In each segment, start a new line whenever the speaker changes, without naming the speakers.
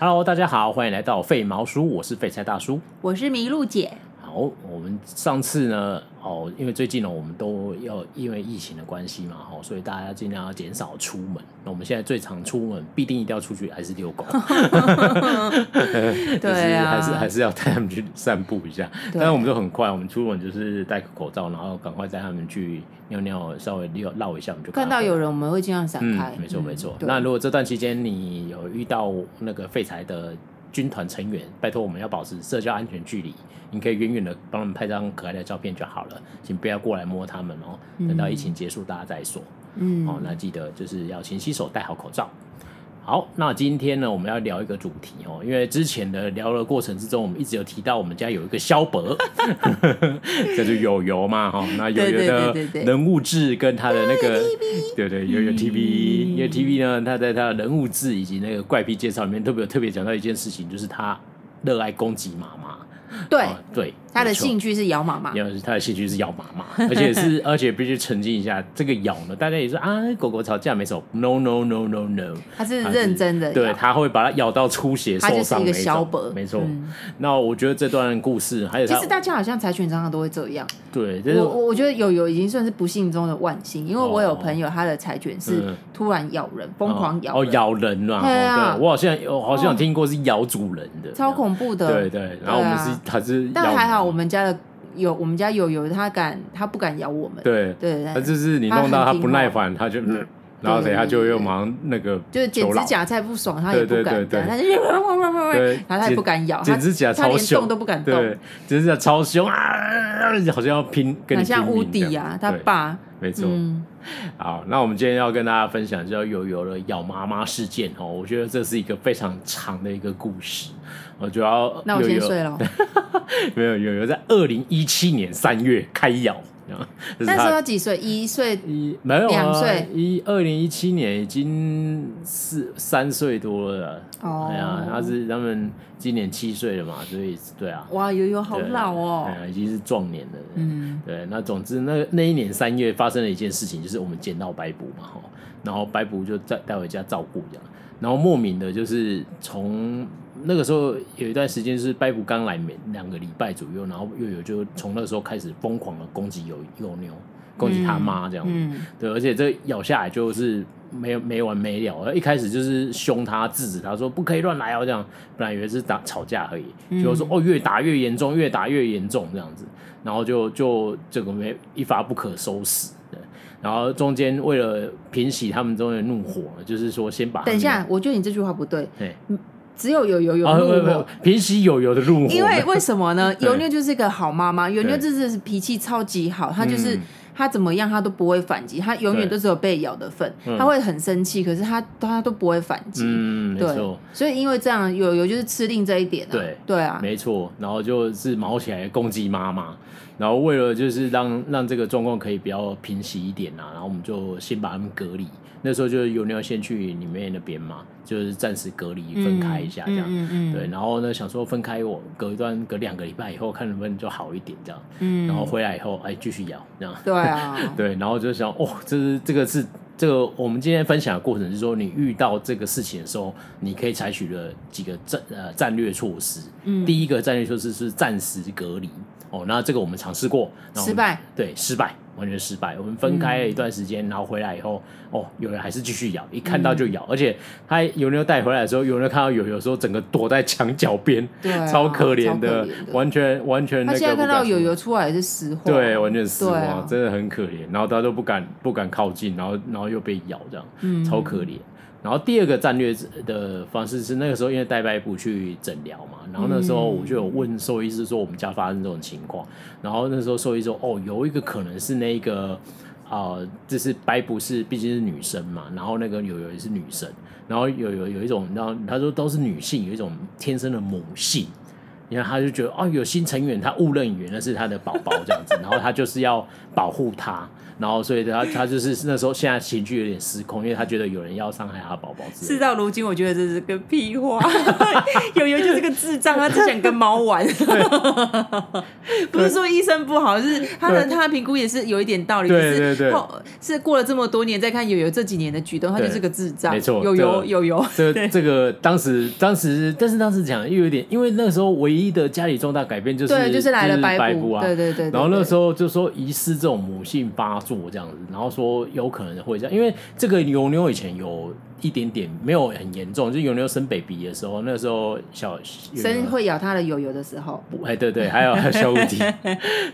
Hello，大家好，欢迎来到废毛叔，我是废柴大叔。
我是麋鹿姐，
好，我们上次呢，哦，因为最近呢，我们都要因为疫情的关系嘛，哦，所以大家尽量要减少出门。那我们现在最常出门，必定一定要出去，还是 遛狗，对
对啊
还是还是要带他们去散步一下。
对
但是我们就很快，我们出门就是戴个口罩，然后赶快带他们去尿尿，稍微绕绕一下，我们就
看到
有。
有人我们会尽量闪开。
嗯
嗯
没错没错。
对
那如果这段期间你有遇到那个废柴的军团成员，拜托我们要保持社交安全距离，你可以远远的帮他们拍张可爱的照片就好了，请不要过来摸他们哦。等到疫情结束，大家再说。
嗯
哦，那记得就是要勤洗手，戴好口罩。好，那今天呢，我们要聊一个主题哦，因为之前的聊的过程之中，我们一直有提到我们家有一个萧 伯， 这就友友嘛哈、哦，那友友
对对
的
对对对
人物志跟他的那个，对对，友友 TV，因为
嗯
TV 呢，他在他的人物志以及那个怪癖介绍里面，特别有特别讲到一件事情，就是他热爱攻击妈妈，
对
哦，对，
他的
没错
兴趣是摇妈妈，
因为他的兴趣是咬妈妈，而且 是而且必须澄清一下，这个咬呢，大家也说啊，狗狗吵架没手，no no no no no，
他是认真的
它是对，
摇
它会把它咬到出血
它
受
就是
伤
一
那
个
种
小伯
没错
嗯。
那我觉得这段故事还有
其
它
实大家好像柴犬常常都会这样。
对，就
我
是
我我觉得有有已经算是不幸中的万幸，因为我有
哦
朋友他的柴犬
嗯
是突然咬人，疯狂咬
哦
人，
咬人啊，
对
哦对
啊
我好像我好像有听过是咬主人的，
超恐怖的。啊
对对，然后我们是它是咬，
但还好我们家的有我们家有有他敢他不敢咬我们，
对，
对
它
对，
就是你弄到
它
它
很
不
听话
耐烦，它就嗯，然后等一下就又马上那个
就是剪
求饶
指甲再不爽他也不
对对
敢，
对对
他就
对
然后 他也不敢咬，
剪
他
指甲
他
超
连
凶，
动都不敢动
对。，剪指甲超凶啊，好像要拼跟你
很
拼
像乌
命这
迪
样
啊，他
对
爸，
没错。
嗯，
好，那我们今天要跟大家分享叫有有了咬妈妈事件哦，我觉得这是一个非常长的一个故事。我主要
那我先
悠悠
睡了。
没有有有在二零一七年三月开咬，这是
那时候
他
他几岁？一岁，
一没有
两
啊
岁，
一二零一七年已经四三岁多了。
哦
哎呀，他是他们今年七岁了嘛，所以对啊，
哇，悠悠好
对
老哦
对。啊，已经是壮年了。
嗯，
对，那总之那那一年三月发生了一件事情，就是我们捡到白捕嘛，吼，然后白捕就带带回家照顾这样，然后莫名的就是从那个时候有一段时间是白捕刚来没两个礼拜左右，然后又有就从那时候开始疯狂的攻击有幼妞，攻击他妈这样子，
嗯，
对，而且这咬下来就是没有没完没了，一开始就是凶他、制止他说不可以乱来哦这样，本来以为是打吵架而已，
嗯
结果说哦越打越严重，越打越严重这样子，然后就就这个没一发不可收拾。对然后中间为了平息他们中的怒火，就是说先把他
等一
们
下，我觉得你这句话不对，
对，
只有有有有
啊不
怒
不不
火。
平息友友的怒火，
因为 为什么呢？
对
尤妞就是一个好妈妈，尤妞
对
真的是脾气超级好，她就是
嗯
她怎么样她都不会反击，她永远
对
都只有被咬的份
嗯，
她会很生气，可是她她都不会反击。
嗯，没
对
错。，
所以因为这样，有有就是吃定这一点啊。
对
对啊，
没错，然后就是毛起来攻击妈妈，然后为了就是让让这个状况可以比较平息一点啊，然后我们就先把他们隔离。那时候就是尤妞先去里面那边嘛，就是暂时隔离分开一下这样。
嗯嗯嗯
对，然后呢，想说分开我隔一段隔两个礼拜以后，看能不能就好一点这样。
嗯，
然后回来以后，哎，继续咬这样。
对啊，
对，然后就想，哦，这是这个是这个我们今天分享的过程是说，你遇到这个事情的时候，你可以采取了几个战呃战略措施。嗯，第一个战略措施是暂时隔离。哦，那这个我们尝试过，然后我们
失败，嗯
对，失败，完全失败。我们分开了一段时间，然后回来以后，哦，有人还是继续咬，一看到就咬，而且他有妞带回来的时候，有人看到有有时候整个躲在墙角边，
对啊
超可怜
超
的，
可怜的
完全完全那
他
个
现在
不
看
敢
到
出
友
门
友出来也是实话，
对，完全失
对
望，
啊
真的很可怜。然后大家都不敢不敢靠近，然后然后又被咬，这样，
嗯
超可怜。然后第二个战略的方式是那个时候因为带白布去诊疗嘛，然后那时候我就有问兽医师说我们家发生这种情况，然后那时候兽医说哦有一个可能是那个呃就是白布是毕竟是女生嘛，然后那个友友也是女生，然后有有有一种，然后他说都是女性，有一种天生的母性，然后他就觉得哦，有新成员，他误认以为那是他的宝宝这样子，然后他就是要保护他，然后所以他他就是那时候现在情绪有点失控，因为他觉得有人要伤害他的宝宝之类的
事到如今，我觉得这是个屁话。 友友就是个智障，他只想跟猫玩。 不是说医生不好，是他的
对
他的评估也是有一点道理。
对
只是
对对
后是过了这么多年再看友友这几年的举动，他
对
就是个智障。
没错
友
这
友
个
友友，
这这个当时当时，但是当时讲又有点，因为那个时候唯一的家里重大改变就是
对，就是来了
白
虎，
啊。
对对对。
然后那时
候
候就说疑似这种母性发作这样子，然后说有可能会这样，因为这个牛牛以前有一点点没有很严重，就牛牛生 baby 的时候，那时候小
生会咬他的友友的时候，
哎，对对，还有小乌 迪，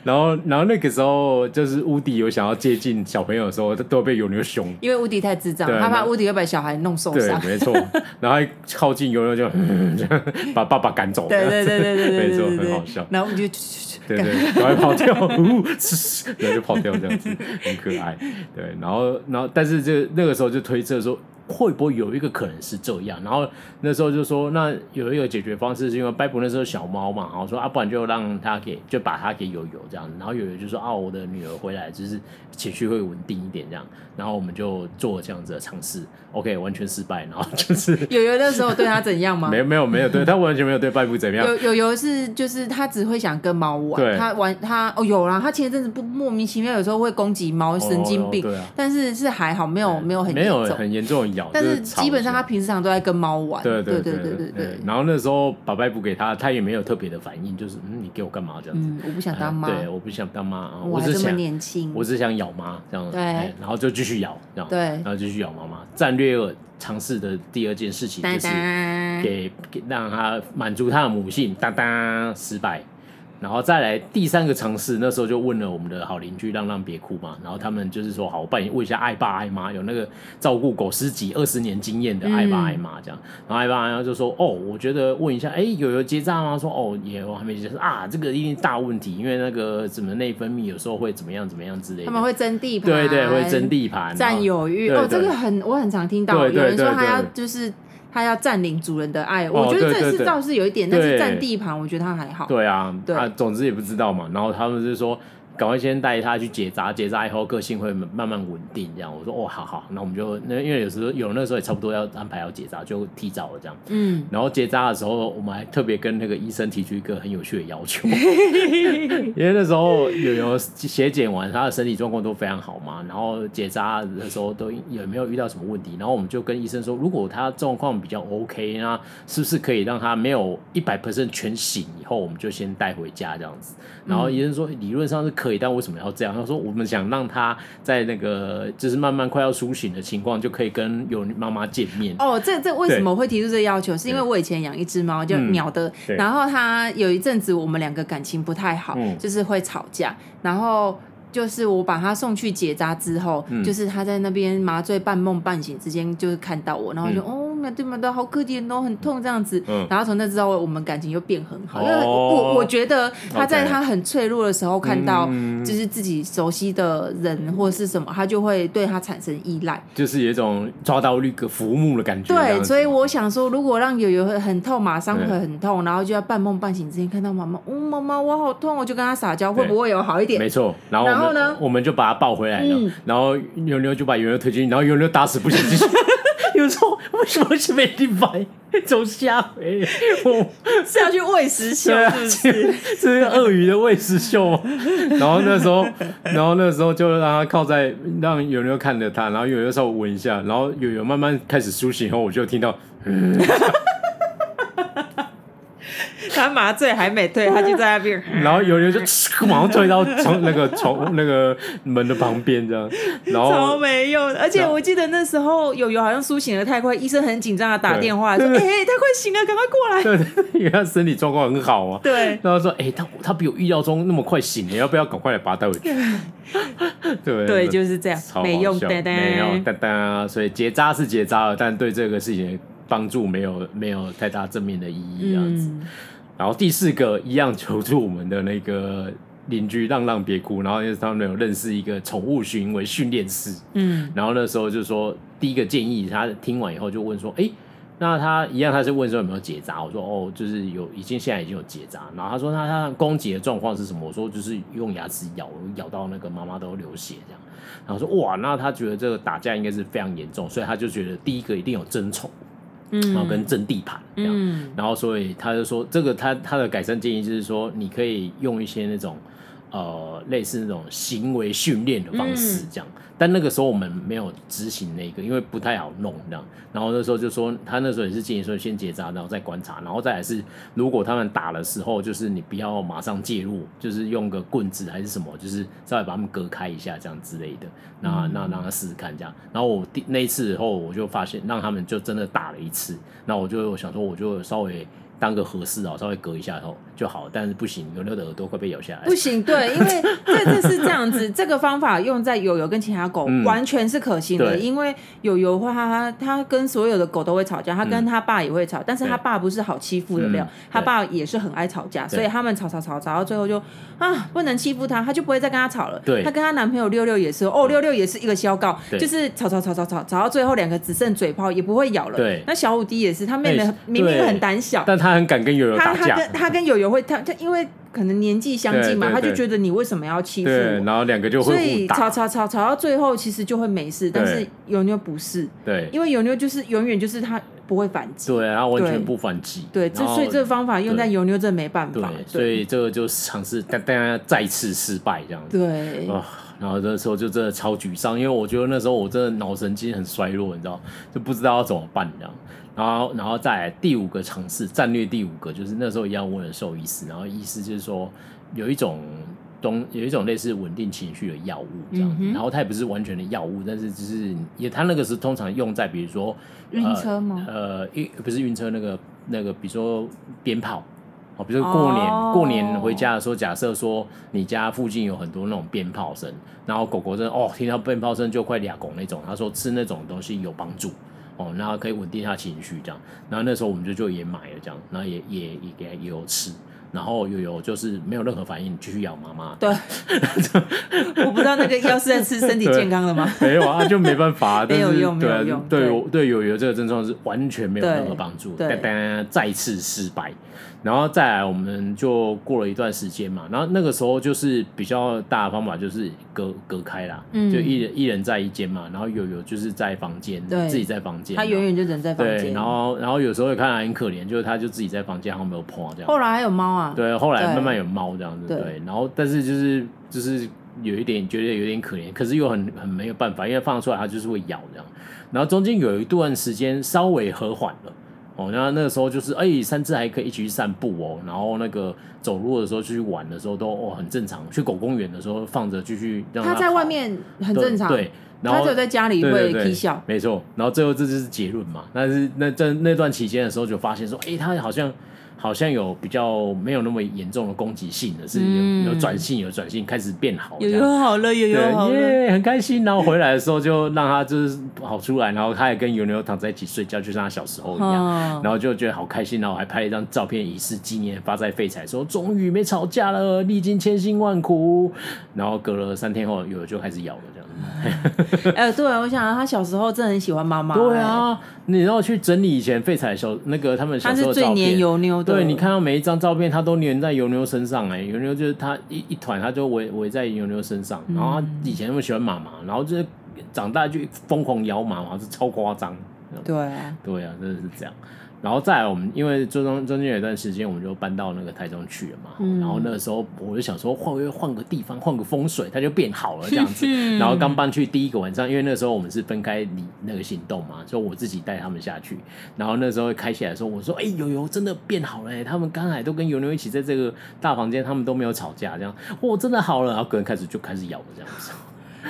然后然后那个时候就是乌迪有想要接近小朋友的时候，都被有牛凶，
因为乌迪太智障，
对
他怕
那
乌迪会把小孩弄受
对
伤，。
没错，然后还靠近有牛就把爸爸赶走，
对对对对对对
没错
对对
很好
对
笑
然后我们就
对对，赶快跑掉，呜，然后就跑掉这样子，很可爱。对，然后然后但是这那个时候就推测说。会不会有一个可能是这样？然后那时候就说，那有一个解决方式是因为呃拜普那时候小猫嘛，然后说啊，不然就让它给就把它给友友这样。然后友友就说啊，我的女儿回来就是呃情绪会稳定一点这样。然后我们就做这样子的尝试，OK，完全失败。然后就是
友友那时候对他怎样吗？
没有没有没有，对他完全没有对拜普怎么样，
有有有是就是他只会想跟猫玩，
对
他玩他哦有啦，他前一阵子不莫名其妙有时候会攻击猫，神经病
哦，对啊
但是是还好没哦有没有很
没
严
有
重，
很严重的咬，
但
就是吵
基本上
一下
他平时常都在跟猫玩，
对
对
对
对
对
对，
然后那时候把拜补给他，他也没有特别的反应，就是嗯，你给我干嘛这样子？
嗯，我不想
哎
当妈，
对，我不想当妈啊，
我还
只
这么
想，
年轻，
我只想咬妈这样。
对
哎然后就继续咬，这样，
对
然后继续咬妈妈。战略尝试的第二件事情
哒
就是
哒，
给给让他满足他的母性，当当失败。然后再来第三个尝试，那时候就问了我们的好邻居让让别哭嘛，然后他们就是说好，我帮你问一下爱爸爱妈，有那个照顾狗十几二十年经验的爱爸
嗯
爱妈这样，然后爱爸爱妈就说哦，我觉得问一下，哎，有有结扎吗？说哦也我还没结扎啊，这个一定大问题，因为那个什么内分泌有时候会怎么样怎么样之类的，
他们会争地盘，
对对会争地盘，然
占
后
有欲，
对
哦，这
对
个很我很常听到，
对对
有人说
对
他
对
要就是。他要占领主人的爱，我
哦
觉得
对
这
对
是
对
倒是有一点，但是
对
占地盘，我觉得他还好。
对啊，
对
啊，总之也不知道嘛。然后他们就说，赶快先带他去结扎，结扎以后个性会慢慢稳定。这样，我说哦，好好，那我们就那因为有时候有那时候也差不多要安排要结扎，就提早了这样。
嗯，
然后结扎的时候，我们还特别跟那个医生提出一个很有趣的要求，因为那时候有有血检完，他的身体状况都非常好嘛，然后结扎的时候都也没有遇到什么问题，然后我们就跟医生说，如果他状况比较 OK，那是不是可以让他没有一百 percent 全醒以后，我们就先带回家这样子？然后医生说理论上是可以，但为什么要这样？他说我们想让他在那个就是慢慢快要苏醒的情况，就可以跟有妈妈见面。
哦，这这为什么会提出这个要求？是因为
对
我以前养一只猫，就
嗯
鸟的，
对
然后它有一阵子我们两个感情不太好，
嗯
就是会吵架，然后。就是我把它送去结扎之后，
嗯
就是它在那边麻醉半梦半醒之间，就是看到我，然后就、
嗯
哦，妈对妈的好可怜哦，很痛这样子。
嗯
然后从那之后，我们感情又变很好，
哦
因为我我觉得它在
OK
它很脆弱的时候看到
嗯
就是自己熟悉的人或是什么，它就会对它产生依赖。
就是有一种抓到绿个浮木的感觉。这样
对，
子
所以我想说，如果让友友会很痛，马上会
对
很痛，然后就要半梦半醒之间看到妈妈，嗯，妈妈我好痛哦，我就跟她撒娇，会不会有好一点
没？错，然后我
然
们
后呢
我们就把他抱回来了，
嗯
然后牛牛就把牛牛推进去，然后牛牛打死不想 进去。有时候为什么是没地方走下回？ 我
是要去喂食秀
对啊，
是不
这
是？
这是鳄鱼的喂食秀吗？然后那时候，然后那时候就让他靠在，让友友看着他，然后友友稍微闻一下，然后友友慢慢开始苏醒以后，我就听到
他麻醉还没退，他就在那边。
然后有人
嗯
就马上推到床那个床那个门的旁边这 样，然
超
后
没用的，而且我记得那时候友友好像苏醒的太快，医生很紧张的打
对
电话说：“哎、
对对
他快醒了，赶快过来。
对， 因为他身体状况很好啊”。
对，
然后说：“哎、他他比我预料中那么快醒，欸你要不要赶快来把 他带回去？”对
对，就是这样
超，好
没用，
笑
呆
没用，
呆。
哒哒。所以结扎是结扎了，但对这个事情的帮助没有没有太大正面的意义这样子。
嗯，
然后第四个一样求助我们的那个邻居浪浪别哭，然后因为他们有认识一个宠物行为训练师，
嗯，
然后那时候就说，第一个建议他听完以后就问说，哎，那他一样，他是问说有没有结扎？我说哦，就是有，已经现在已经有结扎。然后他说那他攻击的状况是什么？我说就是用牙齿咬，咬到那个妈妈都流血这样。然后说哇，那他觉得这个打架应该是非常严重，所以他就觉得第一个一定有争宠，
嗯
然后跟争地盘这样。
嗯
然后所以他就说，这个他他的改善建议就是说，你可以用一些那种呃类似那种行为训练的方式这样。但那个时候我们没有执行那个，因为不太好弄这样。然后那时候就说，他那时候也是建议说先结扎，然后再观察，然后再来是如果他们打的时候，就是你不要马上介入，就是用个棍子还是什么，就是稍微把他们隔开一下这样之类的。那那让他试试看这样。然后我第那一次以后，我就发现让他们就真的打了一次。那我就想说，我就稍微当个合适啊，稍微隔一下后就好。但是不行，有六的耳朵快被咬下来
不。行，对，因为这这是这样子，这个方法用在友友跟其他狗、
嗯
完全是可行的，
对
因为友友的话，它它跟所有的狗都会吵架，它跟它爸也会吵，但是它
嗯对
爸不是好欺负的料
嗯，
它爸也是很爱吵架，所以他们吵吵吵吵到最后就啊不能欺负它，它就不会再跟它吵了。
对
它跟她男朋友六六也是，哦六六也是一个消告，
对
就是吵吵吵吵吵吵到最后两个只剩嘴炮，也不会咬了。
对
那小五弟也是，他妹妹
哎
明明
对
很胆小，
但他很敢跟友友
他
打
他
架，
跟他跟友友会，他他因为可能年纪相近嘛，
对对
他就
对
觉得你为什么要欺负
对，
我？
然后两个就
所
会
以
互
吵
打，
吵吵吵到最后，其实就会没事。但是
对
友妞不是，
对
因为友妞就是永远就是他不会反击。
对，然啊后完
对
全不反击，
对，这
然后
所以这个方法用在
对
友妞这没办
对
法。，
所
对
以这个就是尝试，但但他再次失败这样子。
对
啊、然后那时候就真的超沮丧，因为我觉得那时候我真的脑神经很衰弱，你知道，就不知道要怎么办这样。然后，然后再来第五个尝试战略，第五个就是那时候一样问了兽医师，然后医师就是说有一种东有一种类似稳定情绪的药物这样子，
嗯哼
然后它也不是完全的药物，但是就是也它那个是通常用在比如说
晕车吗
呃，呃晕不是晕车那个那个，比如说鞭炮。哦，比如说过年、
哦
过年回家的时候，假设说你家附近有很多那种鞭炮声，然后狗狗真的哦听到鞭炮声就快俩拱那种，他说吃那种东西有帮助哦，然后可以稳定他情绪这样。然后那时候我们就就也买了这样，然后也也也给它也有吃，然后有有就是没有任何反应，继续咬妈妈。
对，我不知道那个药是在吃身体健康 的吗？
没有啊，就没办法、啊，
没有
但是
用
对啊
没有用
对
对
我对友友这个症状是完全没有
对
任何帮助，
对
但但再次失败，然后再来我们就过了一段时间嘛，然后那个时候就是比较大的方法就是隔隔开啦，
嗯
就一人一人在一间嘛，然后友友就是在房间，
对
自己在房间，
他永远就人在房
对，
间。
然后然后有时候也看来很可怜，就是他就自己在房间，然后没有碰这样，
后来还有猫啊，
对，后来
对
慢慢有猫这样子，
对
对，然后但是就是就是有一点觉得有点可怜，可是又很很没有办法，因为放出来它就是会咬这样，然后中间有一段时间稍微和缓了。哦，那那个时候就是，哎、三只还可以一起去散步哦，然后那个走路的时候去玩的时候都哦很正常，去狗公园的时候放着继续让它
他在
跑
外面很正常，
对，对然
他
后
只有在家里
对
会
对对，
踢笑。
没错。然后最后这就是结论嘛。但是那在那段期间的时候，就发现说，诶，他好像好像有比较没有那么严重的攻击性了，是有、
嗯
有转性，有转性，开始变好这
友
样。
友好了，友友好
对，
了。
耶、很开心。然后回来的时候就让他就是跑出来，然后他也跟牛牛躺在一起睡觉，就像他小时候一样。
哦
然后就觉得好开心，然后我还拍了一张照片以示纪念，发在废柴说终于没吵架了，历经千辛万苦。然后隔了三天后，有就开始咬了这样。
哎、对，我想他小时候真的很喜欢妈妈、
对啊，你要去整理以前废柴小那个他们
哎，
小
他
时候
是
的
最
照
黏
片。
油妞的。
对，你看到每一张照片，它都粘在油牛身上、哎，油牛就是它一一团，它就围围在油牛身上。
嗯
然后它以前那么喜欢妈妈，然后就是长大就疯狂咬妈妈，是超夸张。
对啊，
对啊，真的是这样。然后再来，我们因为中中中间有一段时间，我们就搬到那个台中去了嘛。
嗯
然后那个时候我就想说，换个换个地方，换个风水，它就变好了这样子。然后刚搬去第一个晚上，因为那时候我们是分开离那个行动嘛，所以我自己带他们下去。然后那时候开起来的时候，我说：“哎、友友真的变好了、欸，他们刚才都跟友友一起在这个大房间，他们都没有吵架，这样哦，真的好了。”然后个人开始就开始咬了这样子。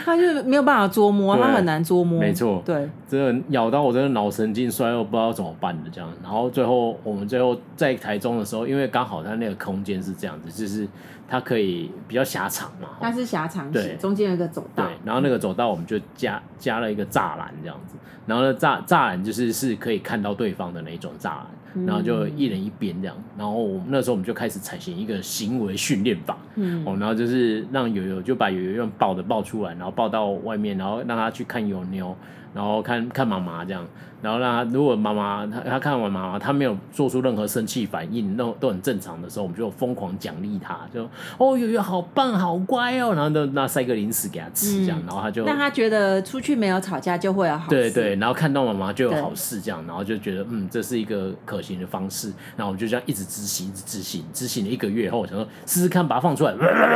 他就是没有办法捉摸，
对
他很难捉摸。
没错
对，
真的咬到我真的脑神经衰弱，不知道怎么办的这样。然后最后我们最后在台中的时候，因为刚好它那个空间是这样子，就是它可以比较狭长嘛。
他是狭长型，
对
中间有一个走
对
道。，
然后那个走道我们就加加了一个栅栏这样子，然后呢栅栅栏就是是可以看到对方的那一种栅
嗯
栏，然后就一人一边这样，然后我们那时候我们就开始采行一个行为训练法，
嗯，
哦，然后就是让友友就把友友用抱的抱出来，然后抱到外面，然后让他去看友妞，然后看看妈妈这样，然后让她如果妈妈她她看完妈妈，她没有做出任何生气反应，那都很正常的时候，我们就疯狂奖励她，就哦悠悠好棒好乖哦，然后就那塞个零食给她吃这样，然后她就
让嗯他觉得出去没有吵架就会有好
对
事。
对，然后看到妈妈就有
对
好事这样，然后就觉得嗯，这是一个可行的方式，然后我们就这样一直执行，一直执行，执行了一个月后，我想说试试看把它放出来，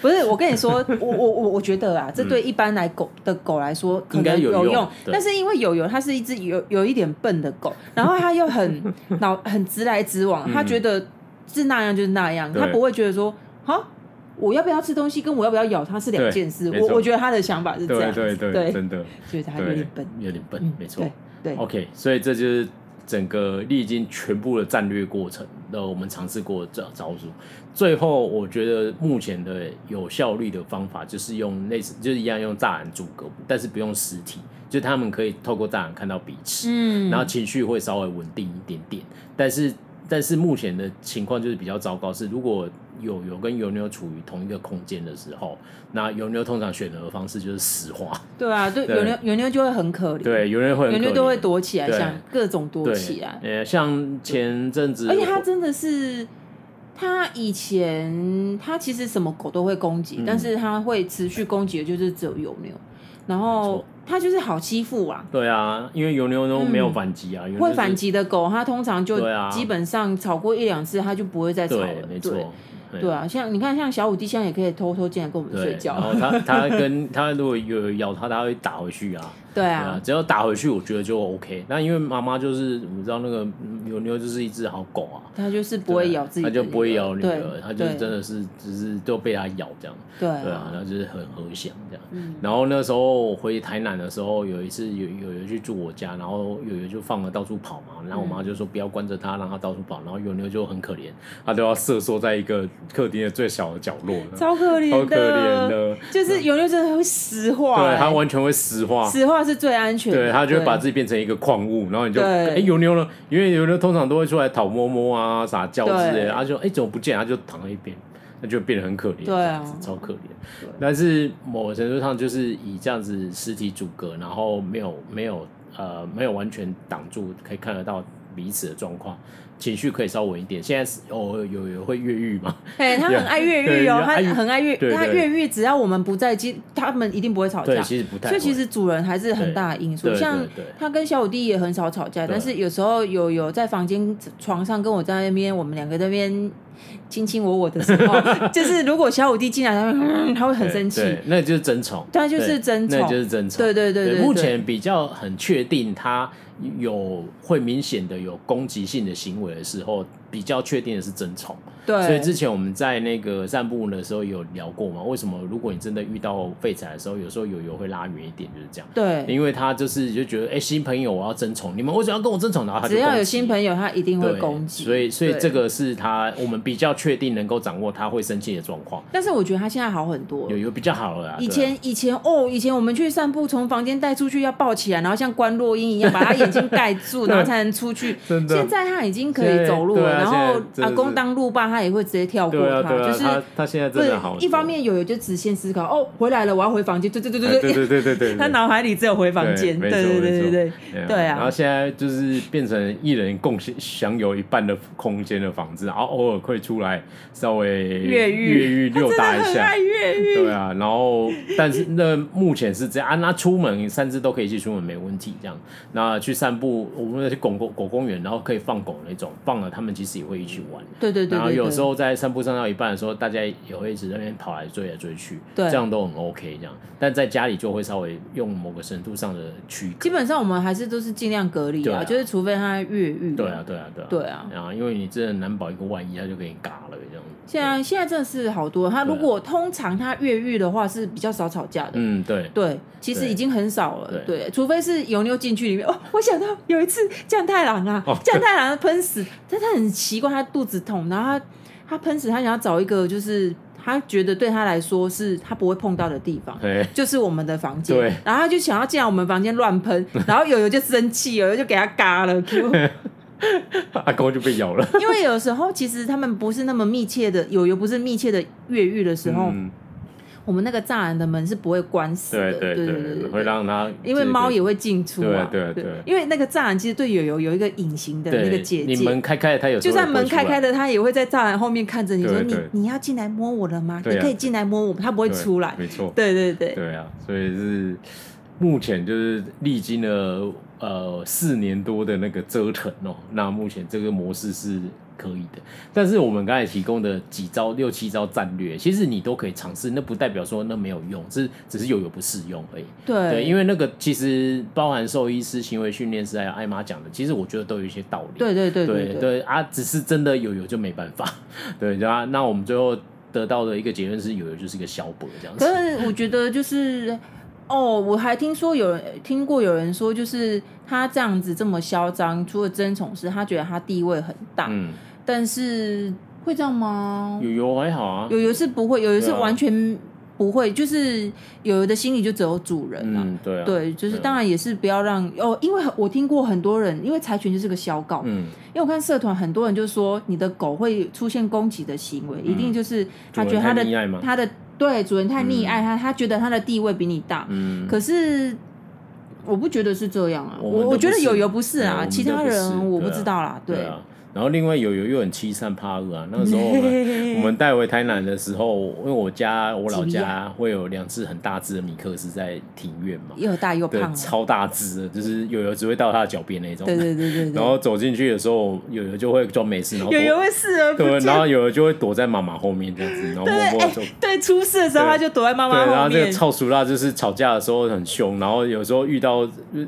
不是，我跟你说，我我我我觉得啊，这对一般来狗的狗来说可
嗯应该
能
有
有
用对
但是因为友友它是一只有有一点笨的 狗，然后它又很脑很直来直往，它觉得是那样就是那样，
嗯对
它不会觉得说啊，我要不要吃东西跟我要不要咬它是两
对
件事。
没
我
错
我觉得它的想法是这样子，对，
的
所以它有点笨，
有点笨
嗯，
没错。哦
对对
OK，所以这就是整个历经全部的战略过程，那我们尝试过的招招数。最后，我觉得目前的有效率的方法就是用类似，就是一样用栅栏阻隔，但是不用实体，就他们可以透过栅栏看到彼此。
嗯
然后情绪会稍微稳定一点点。但是但是目前的情况就是比较糟糕，是如果有有跟油妞处于同一个空间的时候，那油妞通常选择的方式就是石化，
对啊，对
对
有妞有妞就会很可怜，，
对，油妞会
有
很
妞
可
都会
怜
躲起来，
对
想各种躲
对
起来。
呃，像前阵子，
而且它真的是，它以前它其实什么狗都会攻击，
嗯
但是它会持续攻击的就是只有油牛，然
没
后
错
它就是好欺负啊。
对啊，因为油妞都没有
嗯
反击啊，油妞
会
是
反，击的狗，它通常就
对啊
基本上吵过一两次，它就不会再吵
对
了，。
没
对
错，对
对啊，像你看，像小五弟现在也可以偷偷进来跟我们
对
睡，觉
然。后他他跟他如果有咬他，他会打回去啊。
对
对啊
啊，，
只要打回去，我觉得就 OK。那因为妈妈就是，你知道那个嗯牛牛就是一只好狗啊，
它就是不会咬自己
它
的女儿，
就不会咬女
对
儿，它就是真的是只是都被它咬这样，
对
对啊，
啊，
然后就是很和祥这样。
嗯
然后那时候回台南的时候，有一次有有人去住我家，然后有人就放了到处跑
嗯
嘛，然后我妈就说不要关着它，让它到处跑，然后有牛就很可怜，它都要瑟缩在一个客厅的最小的角落了，
超可怜的，
好可怜的，
就是油牛真的会石化、
对，它
欸
完全会石化，
石化是最安全的，
对，它就会把自己变成一个矿物，然后你就
对
哎油妞呢，因为油妞通常都会出来讨摸摸啊、撒娇之类
对
的，它就哎怎么不见，它就躺在一边，那就变得很可怜，
对啊
这样子超可怜。但是某程度上就是以这样子实体阻隔，然后没有没有呃没有完全挡住，可以看得到彼此的状况，情绪可以稍稳一点。现在是偶尔有人会越狱嘛，
哎，他很爱越狱
对
哦，
爱
他
越
很爱越，
对对
他越狱只要我们不在，其他们一定不会吵
对，
架。
其实不太
所
会，
以其实主人还是很大的因
对
素，
对
像
对对
他跟小五弟也很少吵架，
对
但是有时候有有在房间床上跟我在那边，我们两个在那边卿卿我我的时 候，就是如果小五弟进来，他会、嗯、他会很
对
生气，
对那就是争宠，
对就是
对
争宠
那就是争宠，
对对对对，
目前比较很确定他有会明显的有攻击性的行为的时候，比较确定的是争宠。
对，
所以之前我们在那个散步的时候有聊过嘛，为什么如果你真的遇到废柴的时候，有时候友友会拉远一点，就是这样。
对，
因为他就是就觉得，哎、新朋友我要争宠，你们为什么要跟我争宠？然后他就
只要
攻
有
击
新朋友，他一定会
对
攻击，
所以所以
对
这。个是他我们比较确定能够掌握他会生气的状况，
但是我觉得他现在好很多了
有，有比较好了啦。
以
对啊
前以前哦，以前我们去散步，从房间带出去要抱起来，然后像关落英一样把他眼睛盖 住，
对
然后才能出去。
真的
现在他已经可
现在
以走路
对
了，
啊
然后
现在真的
阿
是
公当路霸，他也会直接跳过
对啊
他，
对
就
啊，
是
他他现在
不
真
是
的好很多
一方面有有就直线思考，哦，回来了，我要回房间，对对对
哎
对
对对对对，
他脑海里只有回房间，
对没
对
错
对对对
没
对对
然后
啊，
现在就是变成一人共享享有一半的空间的房子，然后偶尔会出来稍微
越狱
越狱溜达一
很
下
爱。越狱，
对啊，然后但是那目前是这样啊，那出门三只都可以一起出门没问题，这样。那去散步，我们去狗狗狗公园，然后可以放狗那种，放了他们其实也会一起玩。
对对对对，
然后
对
有时候在散步散到一半的时候，大家也会一直在那边跑来追来追去，
对
这样都很 OK 这样。但在家里就会稍微用某个程度上的区隔
基。本上我们还是都是尽量隔离
对啊
啊，就是除非他越狱，
对啊，，对啊，对啊，
对啊
啊，因为你真的难保一个万一，他就给你嘎了这样子。
现在现在真的是好多，他如果通常他越狱的话是比较少吵架的，
啊嗯，对，
对，其实
对
已经很少了，
对
对，除非是油妞进去里面哦。我想到有一次酱太郎啊，
哦
酱、太郎喷死，但他很奇怪，他肚子痛，然后他他喷死，他想要找一个就是他觉得对他来说是他不会碰到的地方。
哎，
就是我们的房间
对，
然后他就想要进来我们房间乱 喷，然后友友就生气，友友就给他嘎了，
阿公就被咬了。
因为有时候其实他们不是那么密切的，友友不是密切的越狱的时候，
嗯，
我们那个栅栏的门是不会关死的，
对对
对
对，会让它
因为猫也会进出啊，
对对对
因为那个栅栏其实对友友有一个隐形的
对，
那个结
你
界，
门开开了，它有时
就
候会
算门开开
的，
的，它也会在栅栏后面看着你说
对
你
对
你要进来摸我了吗？
对
你
啊
可以进来摸我吗，它不会
对
出来。
没错，
对对对，
对啊，所以是目前就是历经了呃四年多的那个折腾哦，那目前这个模式是可以的。但是我们刚才提供的几招六七招战略，其实你都可以尝试，那不代表说那没有用，是只是有有不适用而已。
对
对，因
为
为那个其实包含兽医师、行为训练师还有艾玛讲的，其实我觉得都有一些道理。
对对对
对
对，
啊，只是真的有有就 没办法，对，然后那我们最后得到的一个结论是有有就是一个小博这样
可
子，
是我觉得就是。哦，我还听说有人听过有人说，就是他这样子这么嚣张，除了争宠是他觉得他地位很大，
嗯，
但是会这样吗？
有有还好啊，
有有是不会，有有是
对啊
完全不会，就是有有的心里就只有主人啊。
嗯，对啊，，
对，就是
啊
当然也是不要让哦，因为我听过很多人，因为柴犬就是个小狗，
嗯，
因为我看社团很多人就说你的狗会出现攻击的行为，一定就是他觉得他
嗯主人太溺爱
的
吗
他的对主人太溺爱他，他觉得他的地位比你大，
嗯
可是。我不觉得是这样啊，
我们
我
都
我觉得
不是哎
有有不是
对我
啊，
们
其
都
他
不是
人我
对
不
啊
知道啦，
对啊。然后另外有有又很欺善怕恶啊，那个时候我们我们带回台南的时候，因为我家我老
吉比
家会有两只很大只的米克斯在庭院嘛，
又大又
对
胖，啊，
超大只的，就是有有只会到他的脚边那种，
对对对对对，
然后走进去的时候，有有就会装没事，然后
有人会视而不
哦对，
见，
然后有人就会躲在妈妈后面这样子，然后默默就。
对，出事的时候
对
他就躲在妈
对，
妈
然后
后
这个
面。
臭鼠辣就是吵架的时候很凶，然后有时候遇到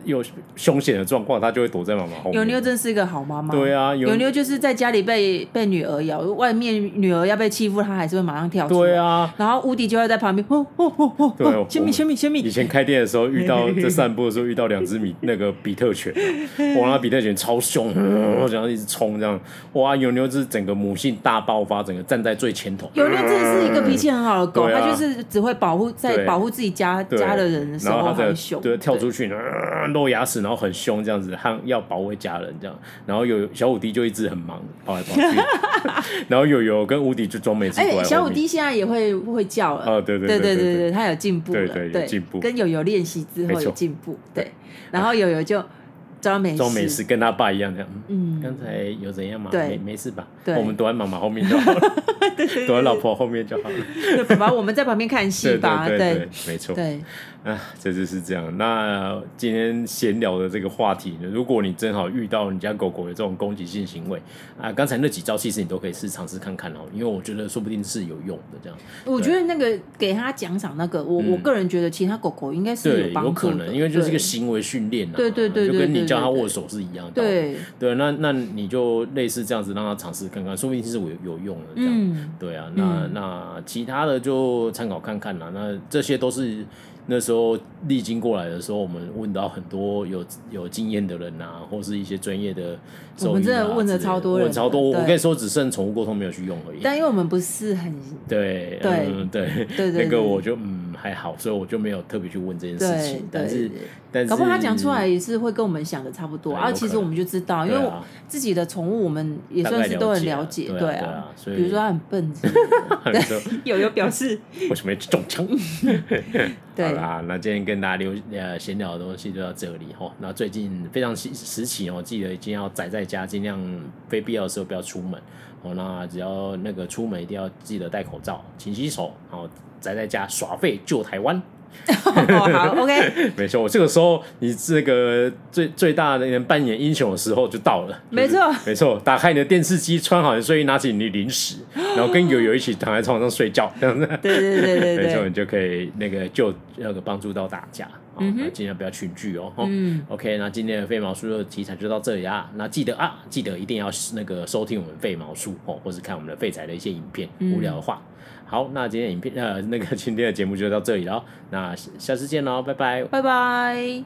有凶险的状况，它就会躲在妈妈后面。
有妞真是一个好妈妈。
对啊有
有妞就是在家里被被女儿咬，外面女儿要被欺负，她还是会马上跳出来。
对。 啊，
然后无敌就会在旁边，哦哦哦哦
对我
哦，先米先米先
以
米，
前开店的时候遇 到在散步的时候遇到两只米那个比特犬啊，哇，那比特犬超凶， 呃然后一直冲这样，哇，有牛是整个母性大爆发，整个站在最前头。
有妞真的是一个脾气很好的狗，
对
它
啊
就是只会保护在
对
保护自己家
对
家的人的时
然后
候
他在
很凶，
对，跳出去，呃露牙齿，然后很凶这样子，和要保卫家人这样。然后有小五迪就一直很忙，跑来跑去， 然后有有跟无敌就装没事
对。
过
哎，
来
小
后
五
面。
弟现在也会会叫了。
哦对
对
对
对
对
对
对对
他有进步了，
对对有进步
跟友友练习之
没
后
错
有进步，对。然后友友就装没事，
装没事，跟他爸一样这样。嗯
嗯，
刚才有怎样吗？
对
没没事吧？
对
我们躲在妈妈后面就好了， 躲在老婆后面就好了。
对，爸爸，我们在旁边看戏
对
吧，
对
对
对，没错。
对，
啊，这就是这样。那今天闲聊的这个话题呢，如果你正好遇到你家狗狗有这种攻击性行为啊，刚才那几招其实你都可以试尝试看看哦，因为我觉得说不定是有用的这样。
我觉得那个给他奖赏那个，我我个人觉得其他狗狗应该是
嗯对，有
帮
可
助的，
能，因为就是一个
对
行为训练啊，
对对对
就
对
跟你
对
教他
对
握手是一样的道理。
对，
对，那那你就类似这样子让他尝试看看，说不定是我有有用的这样。
嗯，
对啊，那
嗯
那其他的就参考看看啦。那这些都是那时候历经过来的时候，我们问到很多有有经验的人啊，或是一些专业的兽医啊之类。
我们真的问了超多人
问超多。
的
我
对
跟你说，只剩宠物沟通没有去用而已。
但因为我们不是很
对
对
嗯、对
对对
那个
对
我就嗯还好，所以我就没有特别去问这件事
对
情。但是
对，
但是
搞不好他讲出来也是会跟我们想的差不多
对
啊。
有
其实
可
我们就知道，因为
对啊
自己的宠物我们也
大
算
概
是都很
了
了
解
解，
啊对啊
啊
对啊。所以
比 如说他很笨之类
你
的，
说
友友表示，
为什么要去中枪？
对
好啦，那今天跟大家留呃闲聊的东西就到这里哈。那最近非常时时期哦，记得一定要宅在家，尽量非必要的时候不要出门哦。那只要那个出门一定要记得戴口罩、勤洗手，然后宅在家耍废救台湾。
哦好 ，OK，
没错，这个时候你这个最最大的人扮演英雄的时候就到了。
没错
没错，打开你的电视机，穿好你的睡衣，拿起你的零食，然后跟友友一起躺在床上睡觉，这样子。
对对对对
没错，
对，
你就可以那个就那个帮助到大家。哦、那尽量不要群聚哦。哦
嗯
OK，那今天的废毛叔的题材就到这里啦。那记得啊，记得一定要那个收听我们废毛叔哦，或是看我们的废材的一些影片。
嗯
无聊的话，好，那今天 的影片呃那个今天的节目就到这里了哦。那下下次见喽，拜拜。
拜拜。